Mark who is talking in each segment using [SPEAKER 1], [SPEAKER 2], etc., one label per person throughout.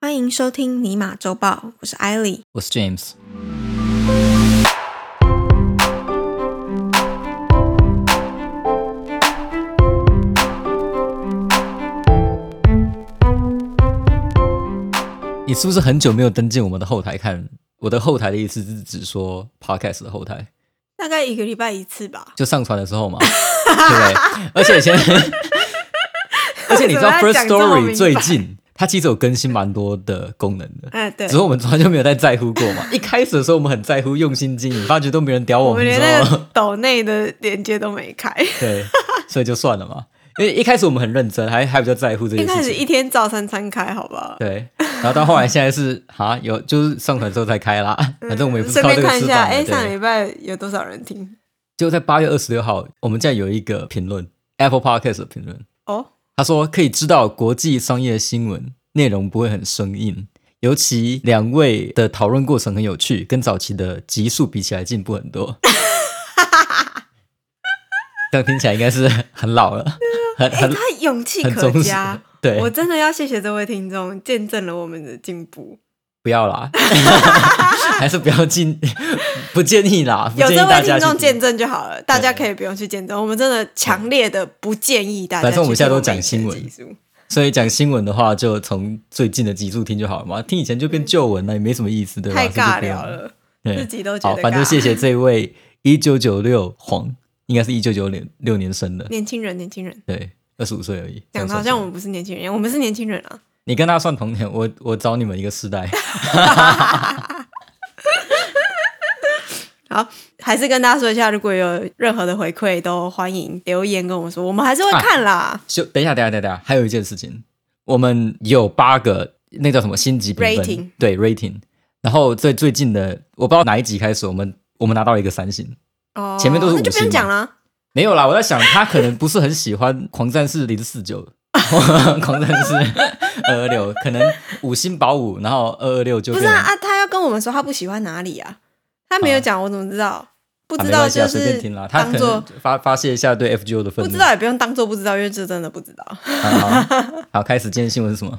[SPEAKER 1] 欢迎收听尼玛周报，我是艾莉。
[SPEAKER 2] 我是 James。你是不是很久没有登进我们的后台看？我的后台的意思是指说 podcast 的后台，
[SPEAKER 1] 大概一个礼拜一次吧。
[SPEAKER 2] 就上传的时候嘛，对不对？而且 以前，而且你知道
[SPEAKER 1] 为什么要
[SPEAKER 2] First
[SPEAKER 1] 讲这么明白
[SPEAKER 2] Story 最近它其实有更新蛮多的功能的，
[SPEAKER 1] 哎，对
[SPEAKER 2] 只，是我们从来就没有在在乎 过嘛。一开始的时候，我们很在乎，用心经营，发觉都没人屌
[SPEAKER 1] 我
[SPEAKER 2] 我
[SPEAKER 1] 们
[SPEAKER 2] 们的
[SPEAKER 1] 连
[SPEAKER 2] 时
[SPEAKER 1] 那
[SPEAKER 2] 候，
[SPEAKER 1] 个抖内的连接都没开。
[SPEAKER 2] 对，所以就算了嘛。因为一开始我们很认真，还还比较在乎这
[SPEAKER 1] 一
[SPEAKER 2] 件
[SPEAKER 1] 开
[SPEAKER 2] 事
[SPEAKER 1] 始
[SPEAKER 2] 情，
[SPEAKER 1] 一天照三餐开，好吧？
[SPEAKER 2] 对。然后到后来现在是 哈有，就是上传之后才开啦，反正我们也不是
[SPEAKER 1] 嗯顺
[SPEAKER 2] 靠
[SPEAKER 1] 便
[SPEAKER 2] 这个
[SPEAKER 1] 看一
[SPEAKER 2] 吃
[SPEAKER 1] 下，
[SPEAKER 2] 饭
[SPEAKER 1] 哎，
[SPEAKER 2] 的。
[SPEAKER 1] 上
[SPEAKER 2] 对，
[SPEAKER 1] 礼拜有多少人听？
[SPEAKER 2] 就在八月二十六号，我们竟然有一个评论，Apple Podcast 的评论，
[SPEAKER 1] 哦，
[SPEAKER 2] 他说可以知道国际商业新闻内容不会很生硬，尤其两位的讨论过程很有趣，跟早期的集数比起来进步很多。 这样听起来应该是很老了，很
[SPEAKER 1] 哎，
[SPEAKER 2] 很
[SPEAKER 1] 他勇气
[SPEAKER 2] 很
[SPEAKER 1] 可
[SPEAKER 2] 忠实
[SPEAKER 1] 嘉。。
[SPEAKER 2] 对
[SPEAKER 1] 我，真的要谢谢这位听众，见证了我们的进步。
[SPEAKER 2] 不要啦， 还是不要进，不建议啦，不
[SPEAKER 1] 有
[SPEAKER 2] 建议
[SPEAKER 1] 这位
[SPEAKER 2] 大
[SPEAKER 1] 听
[SPEAKER 2] 家去
[SPEAKER 1] 众
[SPEAKER 2] 听
[SPEAKER 1] 见证就好了，大家可以不用去见证。我们真的强烈的不建议大家去
[SPEAKER 2] 反
[SPEAKER 1] 听
[SPEAKER 2] 正
[SPEAKER 1] 我们
[SPEAKER 2] 我
[SPEAKER 1] 以
[SPEAKER 2] 们
[SPEAKER 1] 前
[SPEAKER 2] 现
[SPEAKER 1] 的
[SPEAKER 2] 在都
[SPEAKER 1] 技术。
[SPEAKER 2] 讲新闻所以讲新闻的话，就从最近的集数听就好了嘛，听以前就变旧闻了，也没什么意思，对吧？
[SPEAKER 1] 太
[SPEAKER 2] 所以就
[SPEAKER 1] 尬
[SPEAKER 2] 不要
[SPEAKER 1] 聊了。
[SPEAKER 2] 对
[SPEAKER 1] 自己都觉得
[SPEAKER 2] 好，反正
[SPEAKER 1] 尬
[SPEAKER 2] 谢谢这位一九九六黄，应该是一九九六六年生的，
[SPEAKER 1] 年轻人，年轻人，
[SPEAKER 2] 对，二十五岁而已。
[SPEAKER 1] 讲
[SPEAKER 2] 这样
[SPEAKER 1] 的
[SPEAKER 2] 算
[SPEAKER 1] 好像
[SPEAKER 2] 起
[SPEAKER 1] 我
[SPEAKER 2] 来
[SPEAKER 1] 们不是年轻人一样，我们是年轻人啊。
[SPEAKER 2] 你跟他算同年，我我找你们一个世代。
[SPEAKER 1] 好，还是跟大家说一下，如果有任何的回馈，都欢迎留言跟我说，我们还是会看啦。
[SPEAKER 2] 就等一下，等一下，等一下，还有一件事情，我们有八个那叫什么星级评分
[SPEAKER 1] Rating
[SPEAKER 2] 对 rating，然后最最近的我不知道哪一集开始，我们我们拿到了一个三星。
[SPEAKER 1] 哦，
[SPEAKER 2] 嗯前面都是
[SPEAKER 1] 那就
[SPEAKER 2] 五
[SPEAKER 1] 不
[SPEAKER 2] 星
[SPEAKER 1] 用
[SPEAKER 2] 嘛
[SPEAKER 1] 讲啦。
[SPEAKER 2] 没有啦，我在想他可能不是很喜欢《狂战士零四九》 《狂战士二二六》，可能五星保五，然后二二六就
[SPEAKER 1] 不
[SPEAKER 2] 变
[SPEAKER 1] 是啊
[SPEAKER 2] 成
[SPEAKER 1] 啊，他要跟我们说他不喜欢哪里啊，他没有讲，我怎么知道？不知
[SPEAKER 2] 啊没
[SPEAKER 1] 道
[SPEAKER 2] 关系
[SPEAKER 1] 就
[SPEAKER 2] 啊随
[SPEAKER 1] 是
[SPEAKER 2] 便听啦，他
[SPEAKER 1] 当
[SPEAKER 2] 可
[SPEAKER 1] 做
[SPEAKER 2] 能发发泄一下对 FGO 的愤
[SPEAKER 1] 不
[SPEAKER 2] 怒。
[SPEAKER 1] 知道也不用当做不知道，因为这真的不知道。
[SPEAKER 2] 好好好，开始今天新闻是什么？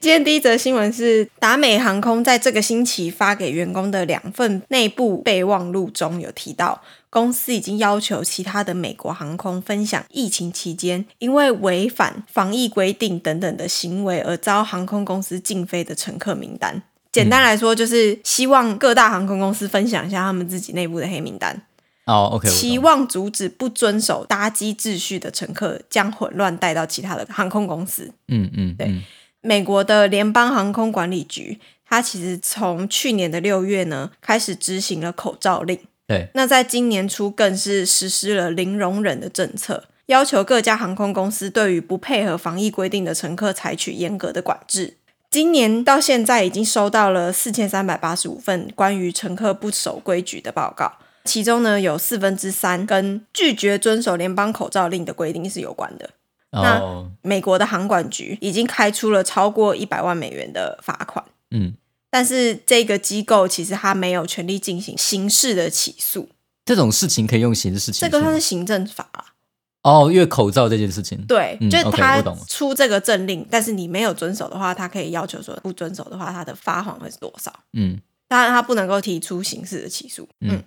[SPEAKER 1] 今天第一则新闻是达美航空在这个星期发给员工的两份内部备忘录中有提到，公司已经要求其他的美国航空分享疫情期间因为违反防疫规定等等的行为而遭航空公司禁飞的乘客名
[SPEAKER 2] 嗯
[SPEAKER 1] 单。简单来说，就是希望各大航空公司分享一下他们自己内部的黑名单。
[SPEAKER 2] 哦，OK，我懂
[SPEAKER 1] 期望阻止不遵守搭机秩序的乘客将混乱带到其他的航空公司。
[SPEAKER 2] 嗯嗯，对，
[SPEAKER 1] 美国的联邦航空管理局，它其实从去年的六月呢开始执行了口罩令，
[SPEAKER 2] 对，
[SPEAKER 1] 那在今年初更是实施了零容忍的政策，要求各家航空公司对于不配合防疫规定的乘客采取严格的管制。今年到现在已经收到了四千三百八十五份关于乘客不守规矩的报告，其中呢有四分之三跟拒绝遵守联邦口罩令的规定是有关的。那
[SPEAKER 2] 哦，
[SPEAKER 1] 美国的航管局已经开出了超过一百万美元的罚款，
[SPEAKER 2] 嗯，
[SPEAKER 1] 但是这个机构其实它没有权利进行刑事的起诉，
[SPEAKER 2] 这种事情可以用刑事起诉
[SPEAKER 1] 这
[SPEAKER 2] 吗。
[SPEAKER 1] 个算是行政法啊。
[SPEAKER 2] 哦，因为口罩这件事情，
[SPEAKER 1] 对，
[SPEAKER 2] 嗯
[SPEAKER 1] 就是
[SPEAKER 2] OK，
[SPEAKER 1] 他
[SPEAKER 2] 我懂了
[SPEAKER 1] 出这个政令，但是你没有遵守的话，他可以要求说不遵守的话，他的罚款会是多少？
[SPEAKER 2] 嗯
[SPEAKER 1] 当然，他不能够提出刑事的起诉。
[SPEAKER 2] 嗯
[SPEAKER 1] 嗯，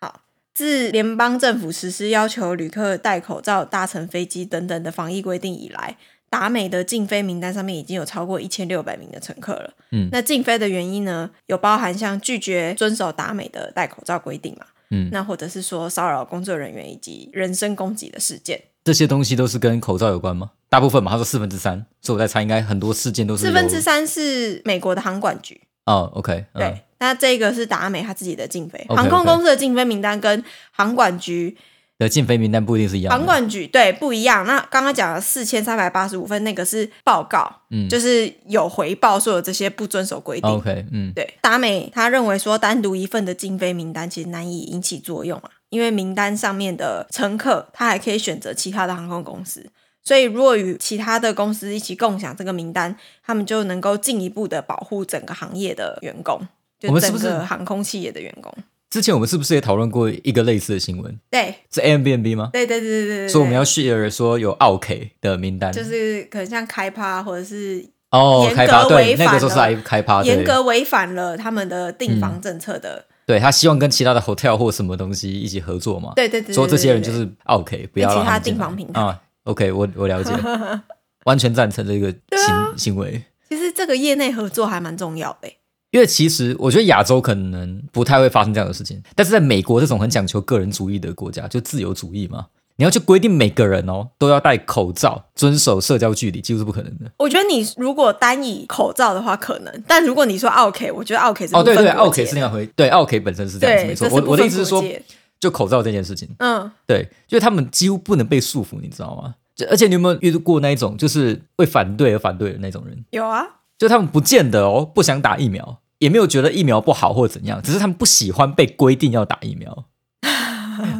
[SPEAKER 1] 好。自联邦政府实施要求旅客戴口罩搭乘飞机等等的防疫规定以来，达美的禁飞名单上面已经有超过一千六百名的乘客了。
[SPEAKER 2] 嗯
[SPEAKER 1] 那禁飞的原因呢，有包含像拒绝遵守达美的戴口罩规定嘛，
[SPEAKER 2] 嗯，
[SPEAKER 1] 那或者是说骚扰工作人员以及人身攻击的事件。
[SPEAKER 2] 这些东西都是跟口罩有关吗？大部分嘛，他说四分之三，所以我在猜，应该很多事件哦都是
[SPEAKER 1] 四分之
[SPEAKER 2] 由
[SPEAKER 1] 三是美国的航管局，
[SPEAKER 2] 哦，OK，嗯
[SPEAKER 1] 对，那这个是达美他自己的禁飞
[SPEAKER 2] OK，OK
[SPEAKER 1] 航空公司的禁飞名单跟航管局
[SPEAKER 2] 的禁飞名单不一定是一样的，
[SPEAKER 1] 航管局对不一样。那刚刚讲的四千三百八十五份那个是报告，
[SPEAKER 2] 嗯
[SPEAKER 1] 就是有回报说有这些不遵守规定。
[SPEAKER 2] OK，嗯，
[SPEAKER 1] 对，达美他认为说单独一份的禁飞名单其实难以引起作用啊，因为名单上面的乘客他还可以选择其他的航空公司，所以如果与其他的公司一起共享这个名单，他们就能够进一步的保护整个行业的员工，
[SPEAKER 2] 我
[SPEAKER 1] 就
[SPEAKER 2] 们是不
[SPEAKER 1] 整
[SPEAKER 2] 是
[SPEAKER 1] 个航空企业的员工。
[SPEAKER 2] 之前我们是不是也讨论过一个类似的新闻？
[SPEAKER 1] 对
[SPEAKER 2] 是 Airbnb 吗？
[SPEAKER 1] 对对对对对对，
[SPEAKER 2] 所以我们
[SPEAKER 1] 对
[SPEAKER 2] 要 share 说有 OK 的名单，
[SPEAKER 1] 啊就是可能像开趴或者是
[SPEAKER 2] 哦，
[SPEAKER 1] 严
[SPEAKER 2] 开发
[SPEAKER 1] 格
[SPEAKER 2] 对，
[SPEAKER 1] 违
[SPEAKER 2] 那个时候是
[SPEAKER 1] 反
[SPEAKER 2] 来
[SPEAKER 1] 了
[SPEAKER 2] 开发，
[SPEAKER 1] 严
[SPEAKER 2] 啊对，嗯
[SPEAKER 1] 格违反了他们的订房政策的。
[SPEAKER 2] 对他希望跟其他的 hotel 或什么东西一起合作嘛，
[SPEAKER 1] 对对对对
[SPEAKER 2] 说这些人就
[SPEAKER 1] 对
[SPEAKER 2] 是啊 OK，不要
[SPEAKER 1] 其
[SPEAKER 2] 让
[SPEAKER 1] 他
[SPEAKER 2] 们进
[SPEAKER 1] 订
[SPEAKER 2] 来
[SPEAKER 1] 房平台
[SPEAKER 2] 啊，OK，我 我了解，完全赞成这个行、
[SPEAKER 1] 啊
[SPEAKER 2] 行为。
[SPEAKER 1] 其实这个业内合作还蛮重要的欸。
[SPEAKER 2] 因为其实我觉得亚洲可能不太会发生这样的事情，但是在美国这种很讲求个人主义的国家，就自由主义嘛，你要去规定每个人哦都要戴口罩、遵守社交距离，几乎是不可能的。
[SPEAKER 1] 我觉得你如果单以口罩的话，可能；但如果你说 OK，我觉得 OK 是
[SPEAKER 2] 哦，对
[SPEAKER 1] 不分
[SPEAKER 2] 对
[SPEAKER 1] 国
[SPEAKER 2] ，OK
[SPEAKER 1] 界
[SPEAKER 2] 是那样回，对，OK 本身是这样子，
[SPEAKER 1] 对，
[SPEAKER 2] 没错。
[SPEAKER 1] 这
[SPEAKER 2] 我
[SPEAKER 1] 不
[SPEAKER 2] 我的
[SPEAKER 1] 分
[SPEAKER 2] 意思是
[SPEAKER 1] 国
[SPEAKER 2] 说，
[SPEAKER 1] 界
[SPEAKER 2] 就口罩这件事情，
[SPEAKER 1] 嗯，
[SPEAKER 2] 对，就是他们几乎不能被束缚，你知道吗？就而且你有没有遇到过那一种就是为反对而反对的那种人？
[SPEAKER 1] 有啊，
[SPEAKER 2] 就他们不见得哦不想打疫苗，也没有觉得疫苗不好或怎样，只是他们不喜欢被规定要打疫苗，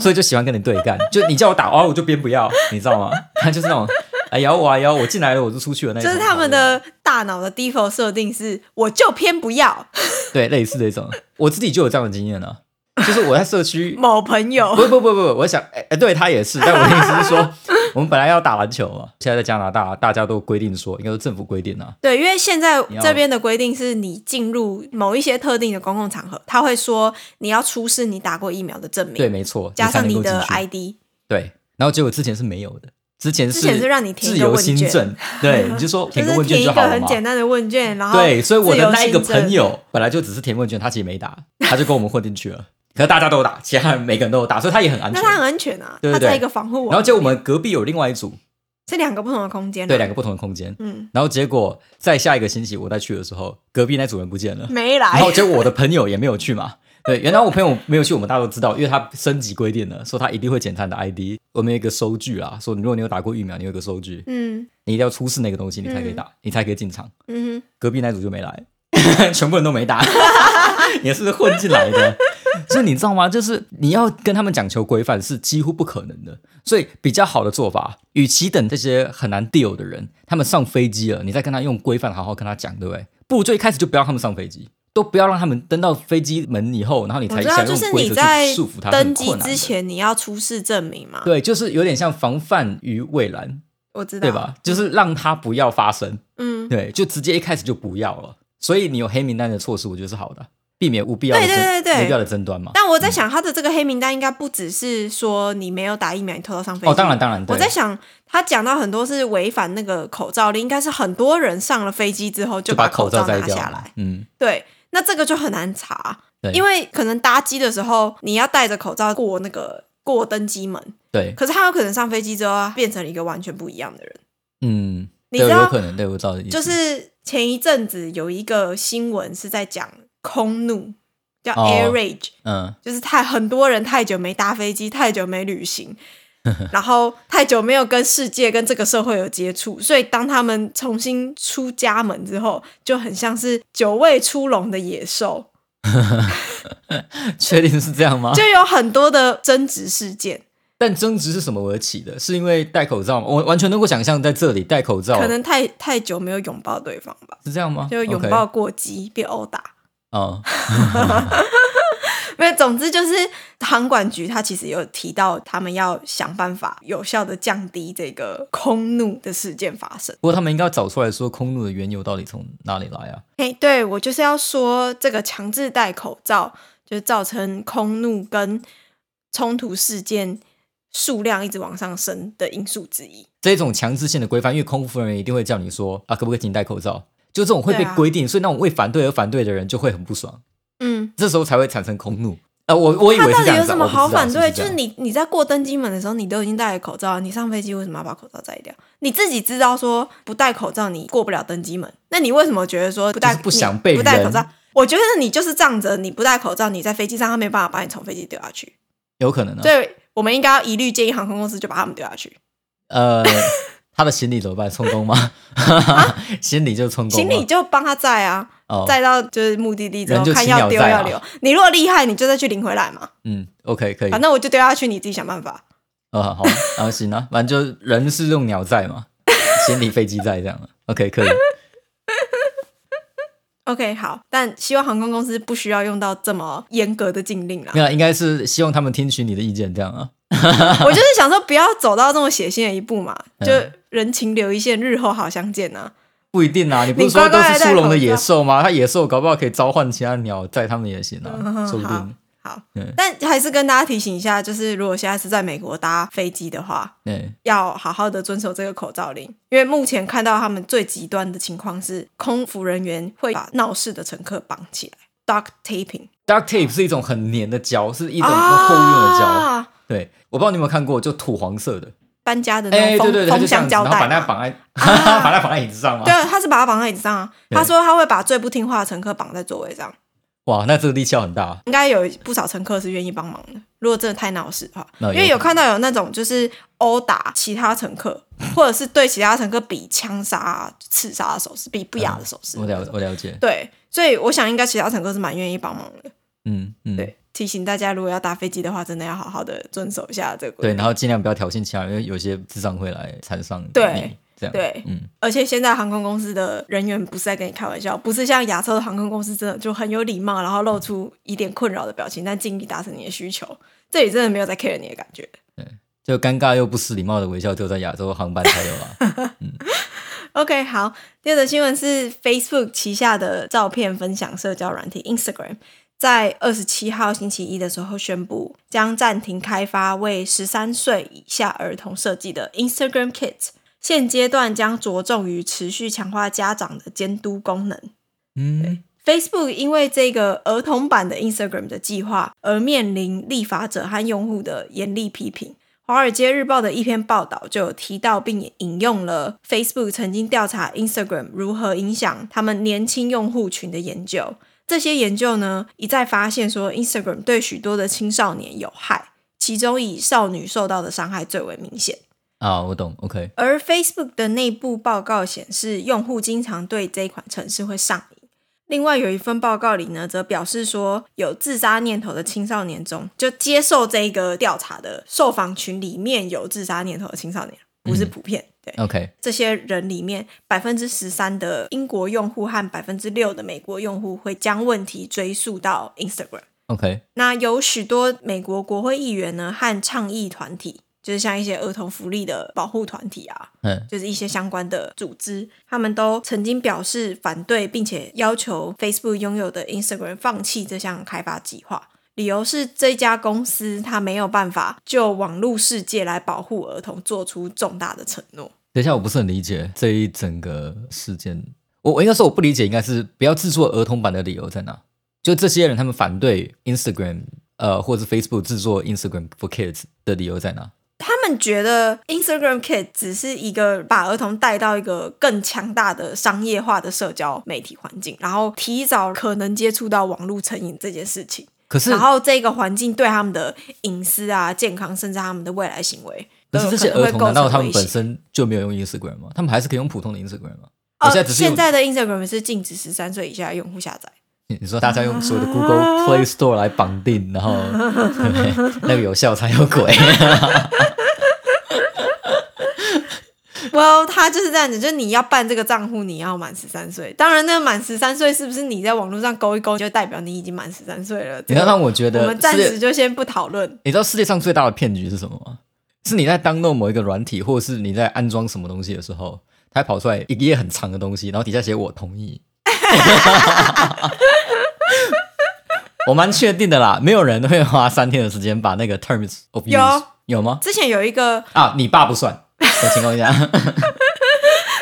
[SPEAKER 2] 所以就喜欢跟你对干。就你叫我打，哦，我就偏不要，你知道吗？他就是那种哎咬我啊咬我，进来了我就出去了那
[SPEAKER 1] 就
[SPEAKER 2] 种。
[SPEAKER 1] 是他们的大脑的 default 设定是，我就偏不要
[SPEAKER 2] 对类似这种，我自己就有这样的经验啊，就是我在社区。
[SPEAKER 1] 某朋友。
[SPEAKER 2] 不不不不，我想，哎、哎对他也是，但我的意思是 说，我们本来要打篮球嘛，现在在加拿大，大家都规定说，应该是政府规定啊，
[SPEAKER 1] 对，因为现在
[SPEAKER 2] 你要
[SPEAKER 1] 这边的规定是你进入某一些特定的公共场合，他会说你要出示你打过疫苗的证明，
[SPEAKER 2] 对，没错，
[SPEAKER 1] 加
[SPEAKER 2] 才
[SPEAKER 1] 上
[SPEAKER 2] 能
[SPEAKER 1] 你
[SPEAKER 2] 够进
[SPEAKER 1] 的
[SPEAKER 2] 去
[SPEAKER 1] ID。
[SPEAKER 2] 对，然后结果之前是没有的，之前是
[SPEAKER 1] 之前是让你填
[SPEAKER 2] 自
[SPEAKER 1] 一个
[SPEAKER 2] 由
[SPEAKER 1] 问
[SPEAKER 2] 新
[SPEAKER 1] 卷
[SPEAKER 2] 政， 对，你就说
[SPEAKER 1] 就
[SPEAKER 2] 填
[SPEAKER 1] 是
[SPEAKER 2] 问卷
[SPEAKER 1] 填一
[SPEAKER 2] 就
[SPEAKER 1] 个
[SPEAKER 2] 好了
[SPEAKER 1] 很
[SPEAKER 2] 嘛。
[SPEAKER 1] 简单的问卷，然后
[SPEAKER 2] 对，所以我
[SPEAKER 1] 自
[SPEAKER 2] 的
[SPEAKER 1] 由
[SPEAKER 2] 那一个
[SPEAKER 1] 新政
[SPEAKER 2] 朋友本来就只是填问卷，他其实没打，他就跟我们混进去了。可是大家都有打，其他人每个人都有打，所以他也很安
[SPEAKER 1] 那
[SPEAKER 2] 全。
[SPEAKER 1] 他很安全啊，
[SPEAKER 2] 对对
[SPEAKER 1] 他在
[SPEAKER 2] 对
[SPEAKER 1] 一个防护网里面。
[SPEAKER 2] 然后结果我们隔壁有另外一组，
[SPEAKER 1] 是两个不同的空间、啊，
[SPEAKER 2] 对，两个不同的空间。
[SPEAKER 1] 嗯，
[SPEAKER 2] 然后结果在下一个星期我再去的时候，隔壁那组人不见了，
[SPEAKER 1] 没来
[SPEAKER 2] 然，后结果我的朋友也没有去嘛。对，原来我朋友没有去，我们大家都知道，因为他升级规定了，说他一定会检查你的 ID。我们有一个收据啦，说如果你有打过疫苗，你有一个收据。
[SPEAKER 1] 嗯
[SPEAKER 2] 你一定要出示那个东西，你才可以打，你才可以进场。
[SPEAKER 1] 嗯
[SPEAKER 2] 隔壁那组就没来， 全部人都没打， 也是混进来的。所以你知道吗？就是你要跟他们讲求规范是几乎不可能的。所以比较好的做法，与其等这些很难 deal 的人，他们上飞机了，你再跟他用规范好好跟他讲，对不对？不如就一开始就不要让他们上飞机，都不要让他们登到飞机门以后，然后你
[SPEAKER 1] 哼，
[SPEAKER 2] 才
[SPEAKER 1] 我知道，
[SPEAKER 2] 想
[SPEAKER 1] 就
[SPEAKER 2] 用
[SPEAKER 1] 是
[SPEAKER 2] 规
[SPEAKER 1] 你
[SPEAKER 2] 则
[SPEAKER 1] 在
[SPEAKER 2] 去束缚他。是很
[SPEAKER 1] 登机
[SPEAKER 2] 困难的
[SPEAKER 1] 之，前你要出示证明嘛，
[SPEAKER 2] 对，就是有点像防范于未然，
[SPEAKER 1] 我知道，
[SPEAKER 2] 对吧？就是让它不要发生。
[SPEAKER 1] 嗯，
[SPEAKER 2] 对，就直接一开始就不要了。所以你有黑名单的措施，我觉得是好的，避免无必要的
[SPEAKER 1] 对对
[SPEAKER 2] 争
[SPEAKER 1] 对对
[SPEAKER 2] 无必要的争端嘛。
[SPEAKER 1] 但我在想，他的这个黑名单应该不只是说你没有打疫苗，你偷偷上飞机。
[SPEAKER 2] 哦，当然，当然，
[SPEAKER 1] 我
[SPEAKER 2] 对
[SPEAKER 1] 在想，他讲到很多是违反那个口罩令，应该是很多人上了飞机之后
[SPEAKER 2] 就
[SPEAKER 1] 把
[SPEAKER 2] 把口罩摘
[SPEAKER 1] 拿
[SPEAKER 2] 掉
[SPEAKER 1] 下
[SPEAKER 2] 嘛
[SPEAKER 1] 来。
[SPEAKER 2] 嗯，
[SPEAKER 1] 对，那这个就很难查
[SPEAKER 2] 对，
[SPEAKER 1] 因为可能搭机的时候你要戴着口罩过那个过登机门，
[SPEAKER 2] 对，
[SPEAKER 1] 可是他有可能上飞机之后啊变成了一个完全不一样的人。
[SPEAKER 2] 嗯，
[SPEAKER 1] 你
[SPEAKER 2] 对，
[SPEAKER 1] 知道
[SPEAKER 2] 有可能，对我知道的意思，
[SPEAKER 1] 就是前一阵子有一个新闻是在讲空怒，叫
[SPEAKER 2] 哦
[SPEAKER 1] air rage，、
[SPEAKER 2] 嗯，
[SPEAKER 1] 就是太很多人太久没搭飞机，太久没旅 行，然后太久没有跟世界、跟这个社会有接触，所以当他们重新出家门之后，就很像是久未出笼的野兽，
[SPEAKER 2] 确定是这样吗？
[SPEAKER 1] 就有很多的争执事件。
[SPEAKER 2] 但争执是什么而起的？是因为戴口罩吗？我完全能够想象在这里戴口罩
[SPEAKER 1] 可能太太久没有拥抱对方吧，
[SPEAKER 2] 是这样吗？
[SPEAKER 1] 就拥
[SPEAKER 2] OK，
[SPEAKER 1] 抱过激被殴打。
[SPEAKER 2] 哦，
[SPEAKER 1] 没有，总之就是航管局它其实有提到，他们要想办法有效的降低这个空怒的事件发生。
[SPEAKER 2] 不过他们应该要找出来说空怒的缘由到底从哪里来啊？
[SPEAKER 1] 嘿，对我就是要说，这个强制戴口罩就是造成空怒跟冲突事件数量一直往上升的因素之一。
[SPEAKER 2] 这种强制性的规范，因为空服人员一定会叫你说啊，可不可以请你戴口罩？就这种会被
[SPEAKER 1] 对啊
[SPEAKER 2] 规定，所以那种为反对而反对的人就会很不爽，
[SPEAKER 1] 嗯，
[SPEAKER 2] 这时候才会产生空怒。呃，我我以
[SPEAKER 1] 他
[SPEAKER 2] 为
[SPEAKER 1] 到
[SPEAKER 2] 是这
[SPEAKER 1] 底
[SPEAKER 2] 样
[SPEAKER 1] 有
[SPEAKER 2] 子啊，
[SPEAKER 1] 什么
[SPEAKER 2] 我不知
[SPEAKER 1] 好
[SPEAKER 2] 道
[SPEAKER 1] 反对？
[SPEAKER 2] 是不是这
[SPEAKER 1] 就
[SPEAKER 2] 样
[SPEAKER 1] 是你你在过登机门的时候，你都已经戴了口罩了，你上飞机为什么要把口罩摘掉？你自己知道说不戴口罩你过不了登机门，那你为什么觉得说不戴
[SPEAKER 2] 就是不想被
[SPEAKER 1] 你不戴
[SPEAKER 2] 人
[SPEAKER 1] 口罩？我觉得你就是仗着你不戴口罩，你在飞机上他没办法把你从飞机丢下去，
[SPEAKER 2] 有可能啊呢、
[SPEAKER 1] 所以我们应该要一律建议航空公司就把他们丢下去。
[SPEAKER 2] 呃， 他的行李怎么办？充公吗？ 行李就充
[SPEAKER 1] 啊
[SPEAKER 2] 公
[SPEAKER 1] 行
[SPEAKER 2] 吗，
[SPEAKER 1] 李就帮他载啊，
[SPEAKER 2] 哦，
[SPEAKER 1] 载到就是目的地之后
[SPEAKER 2] 人就
[SPEAKER 1] 看
[SPEAKER 2] 轻
[SPEAKER 1] 要
[SPEAKER 2] 鸟
[SPEAKER 1] 丢
[SPEAKER 2] 载
[SPEAKER 1] 要
[SPEAKER 2] 啊
[SPEAKER 1] 留。你如果厉害，你就再去领回来嘛。
[SPEAKER 2] 嗯，OK 可以，
[SPEAKER 1] 反正我就丢下去，你自己想办法。
[SPEAKER 2] 呃好，啊行啊，反正就人是用鸟载嘛，行李飞机载这样啊，OK 可以，
[SPEAKER 1] OK，好，但希望航空公司不需要用到这么严格的禁令啦。
[SPEAKER 2] 那啊应该是希望他们听取你的意见这样啊，
[SPEAKER 1] 我就是想说，不要走到这么血腥的一步嘛，
[SPEAKER 2] 嗯
[SPEAKER 1] 就人情留一线，日后好相见呐、
[SPEAKER 2] 不一定啊， 你不是
[SPEAKER 1] 你
[SPEAKER 2] 说
[SPEAKER 1] 乖
[SPEAKER 2] 都
[SPEAKER 1] 乖
[SPEAKER 2] 是
[SPEAKER 1] 地戴
[SPEAKER 2] 苏龙
[SPEAKER 1] 口
[SPEAKER 2] 的野
[SPEAKER 1] 罩
[SPEAKER 2] 兽吗？它野兽搞不好可以召唤其他鸟在他们也行
[SPEAKER 1] 嗯
[SPEAKER 2] 啊，
[SPEAKER 1] 哼
[SPEAKER 2] 说不
[SPEAKER 1] 好
[SPEAKER 2] 定。嗯
[SPEAKER 1] 好
[SPEAKER 2] 对，
[SPEAKER 1] 但还是跟大家提醒一下，就是如果下次在美国搭飞机的话，
[SPEAKER 2] 对，
[SPEAKER 1] 要好好的遵守这个口罩令，因为目前看到他们最极端的情况是，空服人员会把闹事的乘客绑起来 （duct taping），
[SPEAKER 2] duct tape 是一种很黏的胶，是一
[SPEAKER 1] 一
[SPEAKER 2] 种厚用的胶。
[SPEAKER 1] 啊、
[SPEAKER 2] 对，我不知道你有没有看过，就土黄色的，
[SPEAKER 1] 搬家的
[SPEAKER 2] 哎、
[SPEAKER 1] 那种
[SPEAKER 2] 对
[SPEAKER 1] 封、
[SPEAKER 2] 对对，它就
[SPEAKER 1] 封
[SPEAKER 2] 这
[SPEAKER 1] 箱
[SPEAKER 2] 样子，
[SPEAKER 1] 胶
[SPEAKER 2] 然后把
[SPEAKER 1] 带
[SPEAKER 2] 那
[SPEAKER 1] 嘛。
[SPEAKER 2] 绑在，
[SPEAKER 1] 啊
[SPEAKER 2] 把那绑在椅子上嘛。
[SPEAKER 1] 对，他是把它绑在椅子上啊。
[SPEAKER 2] 对
[SPEAKER 1] 他说他会把最不听话的乘客绑在座位上，
[SPEAKER 2] 哇，那这个力气要很大。
[SPEAKER 1] 应该有不少乘客是愿意帮忙的。如果真的太闹事的话，
[SPEAKER 2] 啊那有
[SPEAKER 1] 因为有
[SPEAKER 2] 可能
[SPEAKER 1] 看到有那种就是殴打其他乘 客，或者是对其他乘客比枪杀、刺杀的手势，比不雅的手势
[SPEAKER 2] 我。了我了解，
[SPEAKER 1] 对，所以我想应该其他乘客是蛮愿意帮忙的。
[SPEAKER 2] 嗯嗯，
[SPEAKER 1] 对，提醒大家，如果要搭飞机的话，真的要好好的遵守一下这个规
[SPEAKER 2] 对，
[SPEAKER 1] 定。
[SPEAKER 2] 然后尽量不要挑衅其他人，因为有些智障会来缠上你，
[SPEAKER 1] 对
[SPEAKER 2] 这样
[SPEAKER 1] 对
[SPEAKER 2] 嗯，
[SPEAKER 1] 而且现在航空公司的人员不是在跟你开玩笑，不是像亚洲的航空公司真的就很有礼貌，然后露出一点困扰的表情，但尽力达成你的需求。这里真的没有在 care 你的感觉。
[SPEAKER 2] 就尴尬又不失礼貌的微笑，只有在亚洲航班才有啊 啦。
[SPEAKER 1] OK，好，第二则新闻是 Facebook 旗下的照片分享社交软体 Instagram。在二十七号星期一的时候宣布，将暂停开发为十三岁以下儿童设计的 Instagram Kids。现阶段将着重于持续强化家长的监督功能。
[SPEAKER 2] 嗯，
[SPEAKER 1] Facebook 因为这个儿童版的 Instagram 的计划而面临立法者和用户的严厉批评。《华尔街日报》的一篇报道就有提到，并引用了 Facebook 曾经调查 Instagram 如何影响他们年轻用户群的研究。这些研究呢，一再发现说 Instagram 对许多的青少年有害，其中以少女受到的伤害最为明显。
[SPEAKER 2] 啊，我懂，OK，
[SPEAKER 1] 而 Facebook 的内部报告显示，用户经常对这一款程式会上瘾。另外有一份报告里呢，则表示说，有自杀念头的青少年中，就接受这个调查的受访群里面有自杀念头的青少年，不是普遍。对，
[SPEAKER 2] OK，
[SPEAKER 1] 这些人里面，百分之十三的英国用户和百分之六的美国用户会将问题追溯到 Instagram。
[SPEAKER 2] OK，
[SPEAKER 1] 那有许多美国国会议员呢和倡议团体，就是像一些儿童福利的保护团体啊，
[SPEAKER 2] 嗯
[SPEAKER 1] 就是一些相关的组织，他们都曾经表示反对，并且要求 Facebook 拥有的 Instagram 放弃这项开发计划。理由是这家公司它没有办法就网络世界来保护儿童做出重大的承诺。
[SPEAKER 2] 等一下，我不是很理解这一整个事件。我我应该说我不理解，应该是不要制作儿童版的理由在哪？就这些人他们反对 Instagram 呃或者是 Facebook 制作 Instagram for Kids 的理由在哪？
[SPEAKER 1] 他们觉得 Instagram Kid 只是一个把儿童带到一个更强大的商业化的社交媒体环境，然后提早可能接触到网络成瘾这件事情，
[SPEAKER 2] 可是
[SPEAKER 1] 然后这个环境对他们的隐私啊、健康，甚至他们的未来行为，
[SPEAKER 2] 可是这些
[SPEAKER 1] 都有呃
[SPEAKER 2] 儿
[SPEAKER 1] 可能
[SPEAKER 2] 童
[SPEAKER 1] 会
[SPEAKER 2] 难道
[SPEAKER 1] 构
[SPEAKER 2] 他
[SPEAKER 1] 成
[SPEAKER 2] 们
[SPEAKER 1] 威
[SPEAKER 2] 本
[SPEAKER 1] 胁。
[SPEAKER 2] 身就没有用 Instagram 吗？他们还是可以用普通的 Instagram 吗？我
[SPEAKER 1] 呃，
[SPEAKER 2] 现在只是用
[SPEAKER 1] 现在的 Instagram 是禁止十三岁以下用户下载。
[SPEAKER 2] 你你说大家用所有的 Google Play Store 来绑定，然后 那个有效才有鬼。
[SPEAKER 1] Well，他就是这样子，就是你要办这个账户，你要满十三岁。当然，那满十三岁是不是你在网络上勾一勾，就代表你已经满十三岁了？
[SPEAKER 2] 你要让
[SPEAKER 1] 我
[SPEAKER 2] 我觉
[SPEAKER 1] 我
[SPEAKER 2] 得
[SPEAKER 1] 们暂
[SPEAKER 2] 世界
[SPEAKER 1] 时就先不讨论。
[SPEAKER 2] 你知道世界上最大的骗局是什么吗？是你在当弄某一个软体，或者是你在安装什么东西的时候，它会跑出来一页很长的东西，然后底下写“我同意”。 我蛮确定的啦，没有人会花三天的时间把那个 terms of use
[SPEAKER 1] 有
[SPEAKER 2] 有吗？
[SPEAKER 1] 之前有一个
[SPEAKER 2] 啊，你爸不算的情况下，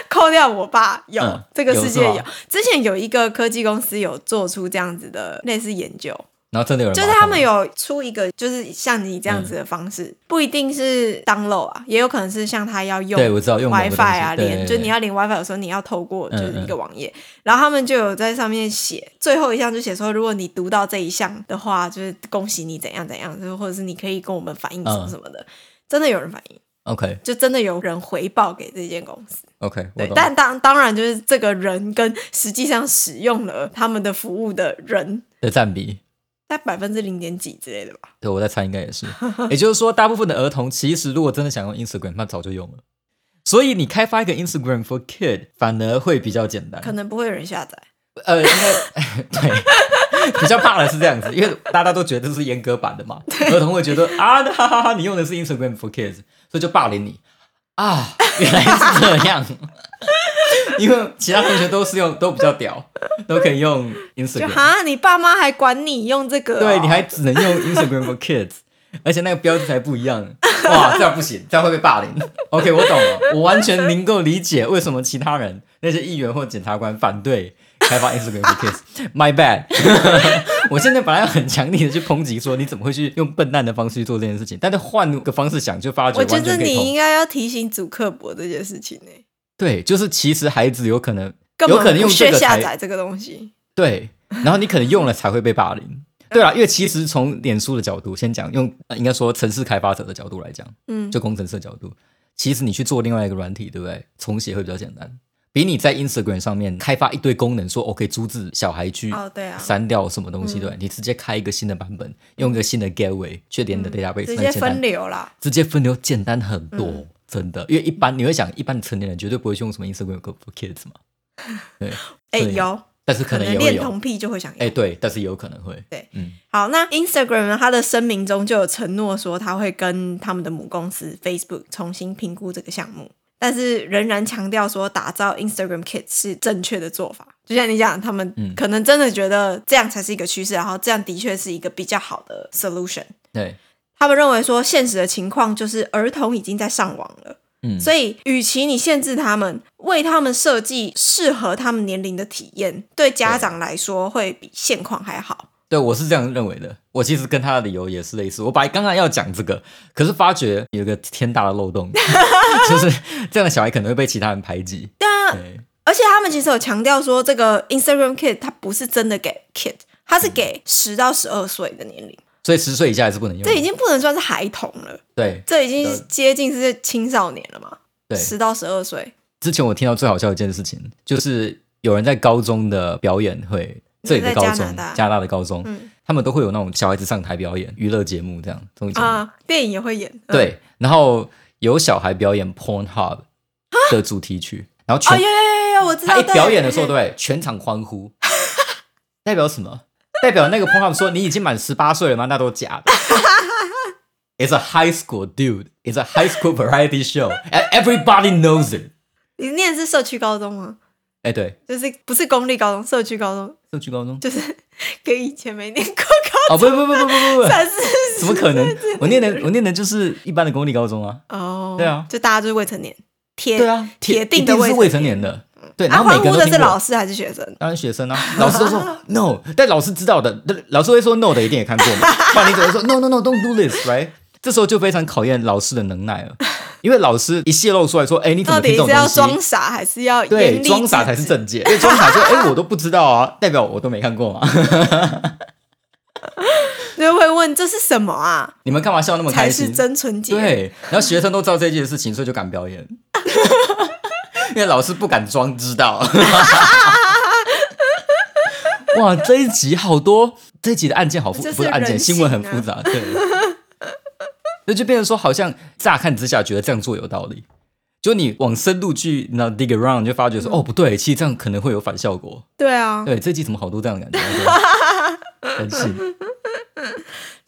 [SPEAKER 1] 扣掉我爸有、
[SPEAKER 2] 嗯
[SPEAKER 1] 这个世界
[SPEAKER 2] 有
[SPEAKER 1] 有
[SPEAKER 2] 是吧
[SPEAKER 1] 之前有一个科技公司有做出这样子的类似研究，
[SPEAKER 2] 然后真的有人
[SPEAKER 1] 就是
[SPEAKER 2] 把它
[SPEAKER 1] 他们
[SPEAKER 2] 放
[SPEAKER 1] 有出一个就是像你这样子的方式，不一定是 download 啊，也有可能是像他要用
[SPEAKER 2] 对我知道用某个
[SPEAKER 1] WiFi 啊，
[SPEAKER 2] 东西对
[SPEAKER 1] 连
[SPEAKER 2] 对
[SPEAKER 1] 就你要连 WiFi 的时候，你要透过
[SPEAKER 2] 嗯
[SPEAKER 1] 就是一个网页，然后他们就有在上面写最后一项，就写说如果你读到这一项的话，就是恭喜你怎样怎样，就是或者是你可以跟我们反映什么
[SPEAKER 2] 嗯
[SPEAKER 1] 什么的，真的有人反映，
[SPEAKER 2] OK
[SPEAKER 1] 就真的有人回报给这间公司。
[SPEAKER 2] OK，我
[SPEAKER 1] 对，
[SPEAKER 2] 懂。
[SPEAKER 1] 但当当然就是这个人跟实际上使用了他们的服务的人，
[SPEAKER 2] 的占比，
[SPEAKER 1] 在百分之零点几之类的吧。
[SPEAKER 2] 对我在猜应该也是。 也就是说，大部分的儿童其实如果真的想用 Instagram，那早就用了。所以你开发一个 Instagram for Kid 反而会比较简单。
[SPEAKER 1] 可能不会有人下载。
[SPEAKER 2] 呃，应该 对，比较怕的是这样子，因为大家都觉得这是阉割版的嘛，儿童会觉得啊，哈哈哈，你用的是 Instagram for Kids，所以就霸凌你啊，原来是这样。 因为其他同学都是用都比较屌，都可以用 Instagram，
[SPEAKER 1] 就哈，你爸妈还管你用这个哦、
[SPEAKER 2] 对，你还只能用 Instagram for Kids，而且那个标志还不一样。哇，这样不行，这样会被霸凌。OK，我懂了，我完全能够理解为什么其他人那些议员或检察官反对开发 Instagram for Kids。My bad，我现在本来要很强烈的去抨击说你怎么会去用笨蛋的方式去做这件事情，但是换个方式想，就发觉
[SPEAKER 1] 我觉
[SPEAKER 2] 完
[SPEAKER 1] 得
[SPEAKER 2] 全可以
[SPEAKER 1] 你
[SPEAKER 2] 通
[SPEAKER 1] 应该要提醒祖克伯这件事情呢、
[SPEAKER 2] 对，就是其实孩子有可能
[SPEAKER 1] 根
[SPEAKER 2] 有可能
[SPEAKER 1] 本
[SPEAKER 2] 用
[SPEAKER 1] 不
[SPEAKER 2] 这
[SPEAKER 1] 屑
[SPEAKER 2] 个
[SPEAKER 1] 下
[SPEAKER 2] 才
[SPEAKER 1] 载这个东西。
[SPEAKER 2] 对，然后你可能用了才会被霸凌。对啊啦，因为其实从脸书的角度先讲，用呃应该说城市开发者的角度来讲，
[SPEAKER 1] 嗯
[SPEAKER 2] 就工程师的角度，其实你去做另外一个软体，对不对？重写会比较简单，比你在 Instagram 上面开发一堆功能，说 OK 阻止小孩去
[SPEAKER 1] 哦对啊嗯
[SPEAKER 2] 删掉什么东西，对不对你直接开一个新的版本，用一个新的 gateway 去连你的 database，
[SPEAKER 1] 嗯直
[SPEAKER 2] 那
[SPEAKER 1] 接
[SPEAKER 2] 简单
[SPEAKER 1] 分流嗯啦。
[SPEAKER 2] 直接分流简单很多，真的。因为一般你会想，一般成年人绝对不会用什么 Instagram for kids 嘛， 对，
[SPEAKER 1] 哎、
[SPEAKER 2] 对
[SPEAKER 1] 有
[SPEAKER 2] 但是可能也会
[SPEAKER 1] 恋
[SPEAKER 2] 有，
[SPEAKER 1] 童癖就会想
[SPEAKER 2] 哎、
[SPEAKER 1] 要。
[SPEAKER 2] 对，但是也有可能会，
[SPEAKER 1] 对
[SPEAKER 2] 嗯，
[SPEAKER 1] 好，那 Instagram 呢？它的声明中就有承诺说，它会跟他们的母公司 Facebook 重新评估这个项目，但是仍然强调说，打造 Instagram Kit 是正确的做法。就像你讲，他们
[SPEAKER 2] 嗯
[SPEAKER 1] 可能真的觉得这样才是一个趋势，然后这样的确是一个比较好的 solution。
[SPEAKER 2] 对，
[SPEAKER 1] 他们认为说，现实的情况就是儿童已经在上网了，
[SPEAKER 2] 嗯，
[SPEAKER 1] 所以与其你限制他们，为他们设计适合他们年龄的体验，对家长来说会比现况还好。
[SPEAKER 2] 对我是这样认为的。我其实跟他的理由也是类似。我本来刚刚要讲这个，可是发觉有一个天大的 漏洞， 就是这样的小孩可能会被其他人排挤。
[SPEAKER 1] 对啊，
[SPEAKER 2] 对，
[SPEAKER 1] 而且他们其实有强调说，这个 Instagram Kid 它不是真的给 Kid，它是
[SPEAKER 2] 嗯
[SPEAKER 1] 给十到十二岁的年龄，
[SPEAKER 2] 所以十岁以下还是不能用的。
[SPEAKER 1] 这已经不能算是孩童了，
[SPEAKER 2] 对
[SPEAKER 1] 这已经
[SPEAKER 2] 了
[SPEAKER 1] 接近是青少年了嘛？
[SPEAKER 2] 对，
[SPEAKER 1] 十到十二岁，
[SPEAKER 2] 之前我听到最好笑的一件事情，就是有人在高中的表演会，这里的
[SPEAKER 1] 在
[SPEAKER 2] 高
[SPEAKER 1] 加
[SPEAKER 2] 中，
[SPEAKER 1] 拿大
[SPEAKER 2] 大的高中，
[SPEAKER 1] 嗯
[SPEAKER 2] 他们都会有那种小孩子上台表演娱乐节目这样综艺节目，
[SPEAKER 1] 啊，电影也会演，嗯，
[SPEAKER 2] 对，然后有小孩表演 Pornhub 的主题曲，然后
[SPEAKER 1] 哦，
[SPEAKER 2] 全、
[SPEAKER 1] 有有有有有，我知道，
[SPEAKER 2] 他一表演的时
[SPEAKER 1] 对
[SPEAKER 2] 候，对，全场欢呼， 代表什么？代表那个 Pornhub 说你已经满十八岁了吗？那都假的。It's a high school dude. It's a high school variety show, and everybody knows it.
[SPEAKER 1] 你念的是社区高中吗？
[SPEAKER 2] 哎，对，
[SPEAKER 1] 就是不是公立高中，社区高中，
[SPEAKER 2] 社区高中
[SPEAKER 1] 就是跟以前没念过高
[SPEAKER 2] 哦，不不不不不不 不
[SPEAKER 1] 中，但是
[SPEAKER 2] 怎么 可能？我念的我念的就是一般的公立高中啊。
[SPEAKER 1] 哦，
[SPEAKER 2] 对啊
[SPEAKER 1] 就大家就是未成年，铁
[SPEAKER 2] 对啊，
[SPEAKER 1] 铁定
[SPEAKER 2] 一
[SPEAKER 1] 的
[SPEAKER 2] 定是
[SPEAKER 1] 未
[SPEAKER 2] 未成年的。对，然
[SPEAKER 1] 啊，
[SPEAKER 2] 后每
[SPEAKER 1] 欢
[SPEAKER 2] 个人
[SPEAKER 1] 呼的
[SPEAKER 2] 都听
[SPEAKER 1] 是
[SPEAKER 2] 过
[SPEAKER 1] 老师还是学生？
[SPEAKER 2] 当然学生啊， 老师都说 no，但老师知道的，老师会说 no 的一定也看过 嘛，不然你怎么说 no no no don't do this right？这时候就非常考验老师的能耐了，因为老师一泄露出来说，哎，你怎
[SPEAKER 1] 到
[SPEAKER 2] 么听
[SPEAKER 1] 底
[SPEAKER 2] 这种
[SPEAKER 1] 是要
[SPEAKER 2] 东
[SPEAKER 1] 装
[SPEAKER 2] 西？
[SPEAKER 1] 傻还是要
[SPEAKER 2] 对，
[SPEAKER 1] 严厉
[SPEAKER 2] 装傻才
[SPEAKER 1] 制止？
[SPEAKER 2] 是正解，因为装傻就哎，我都不知道啊，代表我都没看过嘛。
[SPEAKER 1] 就会问这是什么啊？
[SPEAKER 2] 你们干嘛笑那么
[SPEAKER 1] 才
[SPEAKER 2] 开
[SPEAKER 1] 是
[SPEAKER 2] 心？
[SPEAKER 1] 真纯洁。，
[SPEAKER 2] 对，然后学生都知道这件事情，所以就敢 表演，因为老师不敢装 知道。哇，这一集好多，这一集的案件好复，
[SPEAKER 1] 这是
[SPEAKER 2] 不是案件，
[SPEAKER 1] 人性
[SPEAKER 2] 新
[SPEAKER 1] 啊
[SPEAKER 2] 闻很复杂，对。那就变成说，好像乍看之下觉得这样做有道理，就你往深度去那 dig around，你就发觉
[SPEAKER 1] 嗯
[SPEAKER 2] 说，哦，不对，其实这样可能会有反效果。
[SPEAKER 1] 对啊，
[SPEAKER 2] 对，这集怎么好多这样的感 觉？真是，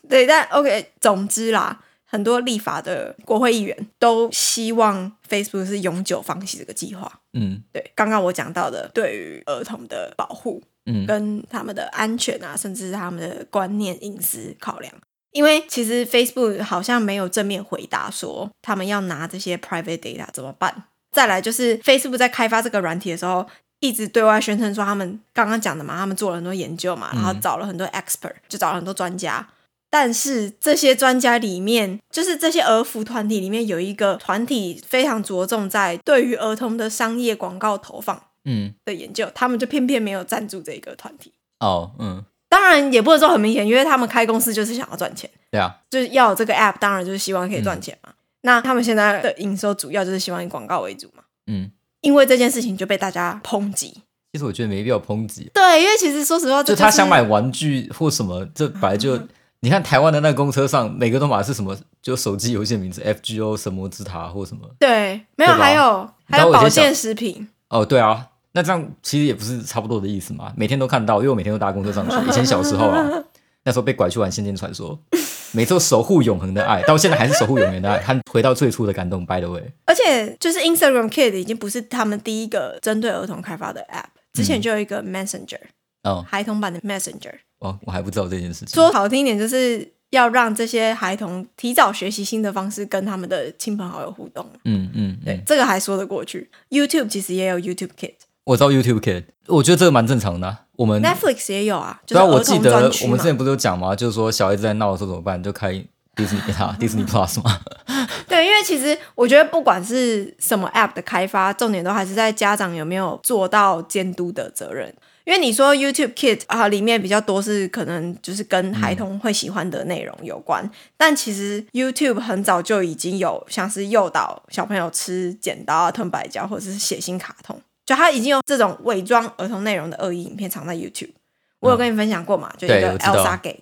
[SPEAKER 1] 对，但 OK，总之啦，很多立法的国会议员都希望 Facebook 是永久放弃这个计划。
[SPEAKER 2] 嗯
[SPEAKER 1] 对，刚刚我讲到的对于儿童的保护，
[SPEAKER 2] 嗯，
[SPEAKER 1] 跟他们的安全啊，甚至是他们的观念、隐私考量。因为其实 Facebook 好像没有正面回答说他们要拿这些 private data 怎么办。再来就是 Facebook 在开发这个软体的时候，一直对外宣称说他们刚刚讲的嘛，他们做了很多研究嘛，
[SPEAKER 2] 嗯
[SPEAKER 1] 然后找了很多 expert，就找了很多专家。但是这些专家里面，就是这些儿福团体里面有一个团体非常着重在对于儿童的商业广告投放
[SPEAKER 2] 嗯，
[SPEAKER 1] 的研究，他们就偏偏没有赞助这个团体。
[SPEAKER 2] 哦，嗯，
[SPEAKER 1] 当然也不能说很明显，因为他们开公司就是想要赚钱，
[SPEAKER 2] 对啊，
[SPEAKER 1] 就是要有这个 app，当然就是希望可以赚钱嘛。那他们现在的营收主要就是希望以广告为主嘛。
[SPEAKER 2] 嗯，
[SPEAKER 1] 因为这件事情就被大家抨击，
[SPEAKER 2] 其实我觉得没必要抨击，
[SPEAKER 1] 对，嗯因为其实说实话，这
[SPEAKER 2] 就是他想买玩具或什么，这本来就。你看台湾的那个公车上，每个都马是什么，就手机游戏的名字 FGO 神魔之塔或什么。
[SPEAKER 1] 对，没有，
[SPEAKER 2] 对吧
[SPEAKER 1] 还有还
[SPEAKER 2] 然
[SPEAKER 1] 有
[SPEAKER 2] 后我就
[SPEAKER 1] 保健食品，
[SPEAKER 2] 哦，对啊，那这样其实也不是差不多的意思 嘛。每天都看到，因为我每天都搭公车上去。以前小时候啊，那时候被拐去玩《仙剑传说》，没错，守护永恒的爱，到现在还是守护永恒的爱，他回到最初的感动。By the way，
[SPEAKER 1] 而且就是 Instagram Kid 已经不是他们第一个针对儿童开发的 App，之前就有一个 Messenger，、
[SPEAKER 2] 哦
[SPEAKER 1] 孩童版的 Messenger。
[SPEAKER 2] 哦，我还不知道这件事情。
[SPEAKER 1] 说好听一点，就是要让这些孩童提早学习新的方式，跟他们的亲朋好友互动。
[SPEAKER 2] 嗯嗯，
[SPEAKER 1] 对，
[SPEAKER 2] 嗯，
[SPEAKER 1] 这个还说得过去。YouTube 其实也有 YouTube Kid，Netflix
[SPEAKER 2] 我知道 YouTube Kid，我觉得这个蛮正常的啊、我们
[SPEAKER 1] 也有啊，就
[SPEAKER 2] 对
[SPEAKER 1] 是
[SPEAKER 2] 啊，我
[SPEAKER 1] 儿
[SPEAKER 2] 记
[SPEAKER 1] 童
[SPEAKER 2] 得
[SPEAKER 1] 专区
[SPEAKER 2] 我们
[SPEAKER 1] 嘛
[SPEAKER 2] 之。前不是有讲吗？就是说小孩子在闹的时候怎么办？就开迪士尼 给他迪士尼 Plus 嘛。
[SPEAKER 1] 对，因为其实我觉得不管是什么 App 的开发，重点都还是在家长有没有做到监督的责任。因为你说 YouTube Kid 啊，里面比较多是可能就是
[SPEAKER 2] 嗯
[SPEAKER 1] 跟孩童会喜欢的内容有关，但其实 YouTube 很早就已经有像是诱导小朋友吃剪刀啊、吞白胶或者是血腥卡通，就它已经有这种伪装儿童内容的恶意影片藏在 YouTube。我有跟你分享过嘛，就一
[SPEAKER 2] 嗯对
[SPEAKER 1] 个
[SPEAKER 2] 我知道
[SPEAKER 1] Elsa Gate，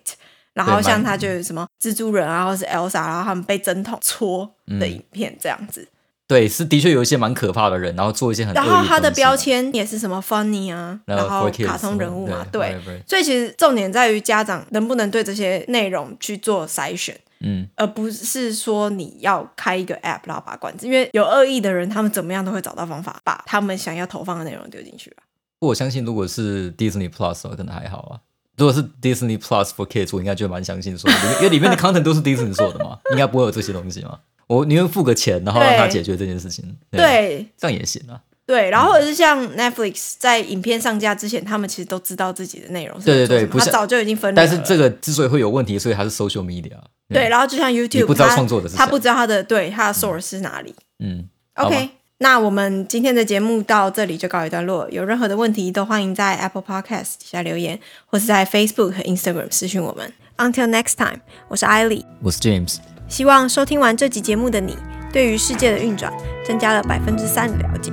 [SPEAKER 1] 然后
[SPEAKER 2] 对
[SPEAKER 1] 像
[SPEAKER 2] 蛮
[SPEAKER 1] 他就有什么蜘蛛人啊，或是 Elsa，然后他们被针筒戳
[SPEAKER 2] 嗯
[SPEAKER 1] 的影片这样子。
[SPEAKER 2] 对，是的确有一些蛮可怕的人，然后做一些很
[SPEAKER 1] 然
[SPEAKER 2] 恶
[SPEAKER 1] 后
[SPEAKER 2] 意
[SPEAKER 1] 他的
[SPEAKER 2] 东西啊
[SPEAKER 1] 标，签也是什么 funny 啊，
[SPEAKER 2] 然
[SPEAKER 1] 然后
[SPEAKER 2] for kids 嗯
[SPEAKER 1] 卡通人物嘛，
[SPEAKER 2] 对
[SPEAKER 1] 对。
[SPEAKER 2] ，whatever，
[SPEAKER 1] 所以其实重点在于家长能不能对这些内容去做筛选，
[SPEAKER 2] 嗯，
[SPEAKER 1] 而不是说你要开一个 app 然后把它管制，因为有恶意的人，他们怎么样都会找到方法把他们想要投放的内容丢进去吧。啊
[SPEAKER 2] 我相信如果是 Disney Plus 可能还好啊。如果是 Disney Plus for Kids，我应该就蛮相信说，里面因为里 面的 content 都是 Disney 做的嘛，应该不会有这些东西嘛。我宁愿付个钱，然后让他
[SPEAKER 1] 对
[SPEAKER 2] 解决这件事情。对啊，
[SPEAKER 1] 对
[SPEAKER 2] 这样也行啊。
[SPEAKER 1] 对，然后或者是像 Netflix 在影片上架之前，他们其实都知道自己的内容是
[SPEAKER 2] 对
[SPEAKER 1] 在
[SPEAKER 2] 对
[SPEAKER 1] 做
[SPEAKER 2] 对
[SPEAKER 1] 什么
[SPEAKER 2] 不
[SPEAKER 1] 他
[SPEAKER 2] 像
[SPEAKER 1] 早就已经分
[SPEAKER 2] 但
[SPEAKER 1] 类
[SPEAKER 2] 是
[SPEAKER 1] 了
[SPEAKER 2] 这个之所以会有问题，所以它是 social media。啊
[SPEAKER 1] 对，，然后就像 YouTube，
[SPEAKER 2] 嗯不知道
[SPEAKER 1] 他
[SPEAKER 2] 创作者是
[SPEAKER 1] 他
[SPEAKER 2] 谁
[SPEAKER 1] 不知道他的对他的 source 是哪里。
[SPEAKER 2] 嗯，好吧
[SPEAKER 1] OK，那我们今天的节目到这里就告一段落。有任何的问题都欢迎在 Apple Podcast 底下留言，或是在 Facebook 和 Instagram 私讯我们。Until next time，我是艾莉。
[SPEAKER 2] 我是 James。
[SPEAKER 1] 希望收听完这集节目的你，对于世界的运转增加了百分之三的了解。